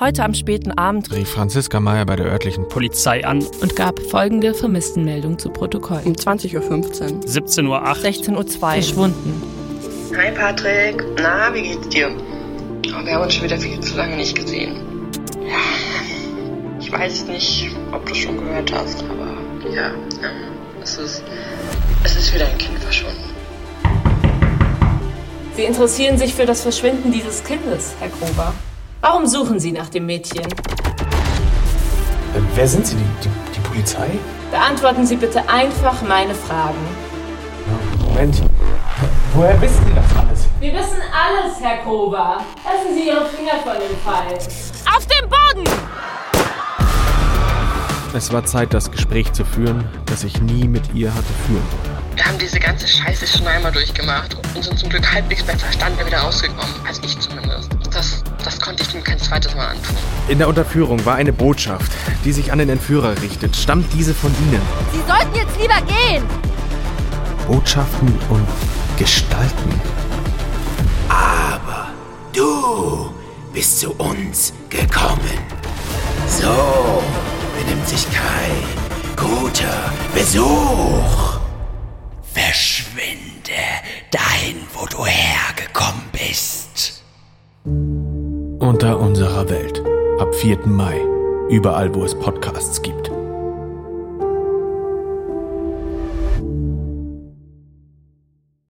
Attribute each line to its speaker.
Speaker 1: heute am späten Abend
Speaker 2: rief Franziska Meyer bei der örtlichen
Speaker 3: Polizei an,
Speaker 4: und gab folgende Vermisstenmeldung zu Protokoll.
Speaker 5: Um 20.15 Uhr.
Speaker 3: 17.08
Speaker 1: 16.02 Uhr.
Speaker 4: Verschwunden.
Speaker 6: Hi Patrick, na, wie geht's dir? Oh, wir haben uns schon wieder viel zu lange nicht gesehen. Ja, ich weiß nicht, ob du schon gehört hast, aber ja, ähm, es ist, es ist wieder ein Kind verschwunden.
Speaker 7: Sie interessieren sich für das Verschwinden dieses Kindes, Herr Gruber. Warum suchen Sie nach dem Mädchen?
Speaker 8: Äh, wer sind Sie? Die, die, die Polizei?
Speaker 7: Beantworten Sie bitte einfach meine Fragen.
Speaker 8: Moment. Woher wissen Sie das alles?
Speaker 7: Wir wissen alles, Herr Gruber. Lassen Sie Ihre Finger von dem Fall.
Speaker 1: Auf den Boden!
Speaker 2: Es war Zeit, das Gespräch zu führen, das ich nie mit ihr hatte führen wollen.
Speaker 6: Wir haben diese ganze Scheiße schon einmal durchgemacht und sind zum Glück halbwegs bei Verstand wieder rausgekommen. Also ich zumindest. Das, das konnte ich ihm kein zweites Mal antun.
Speaker 2: In der Unterführung war eine Botschaft, die sich an den Entführer richtet. Stammt diese von Ihnen?
Speaker 1: Sie sollten jetzt lieber gehen!
Speaker 2: Botschaften und Gestalten.
Speaker 9: Du bist zu uns gekommen. So benimmt sich kein guter Besuch. Verschwinde dahin, wo du hergekommen bist.
Speaker 2: Unter unserer Welt. Ab 4. Mai. Überall, wo es Podcasts gibt.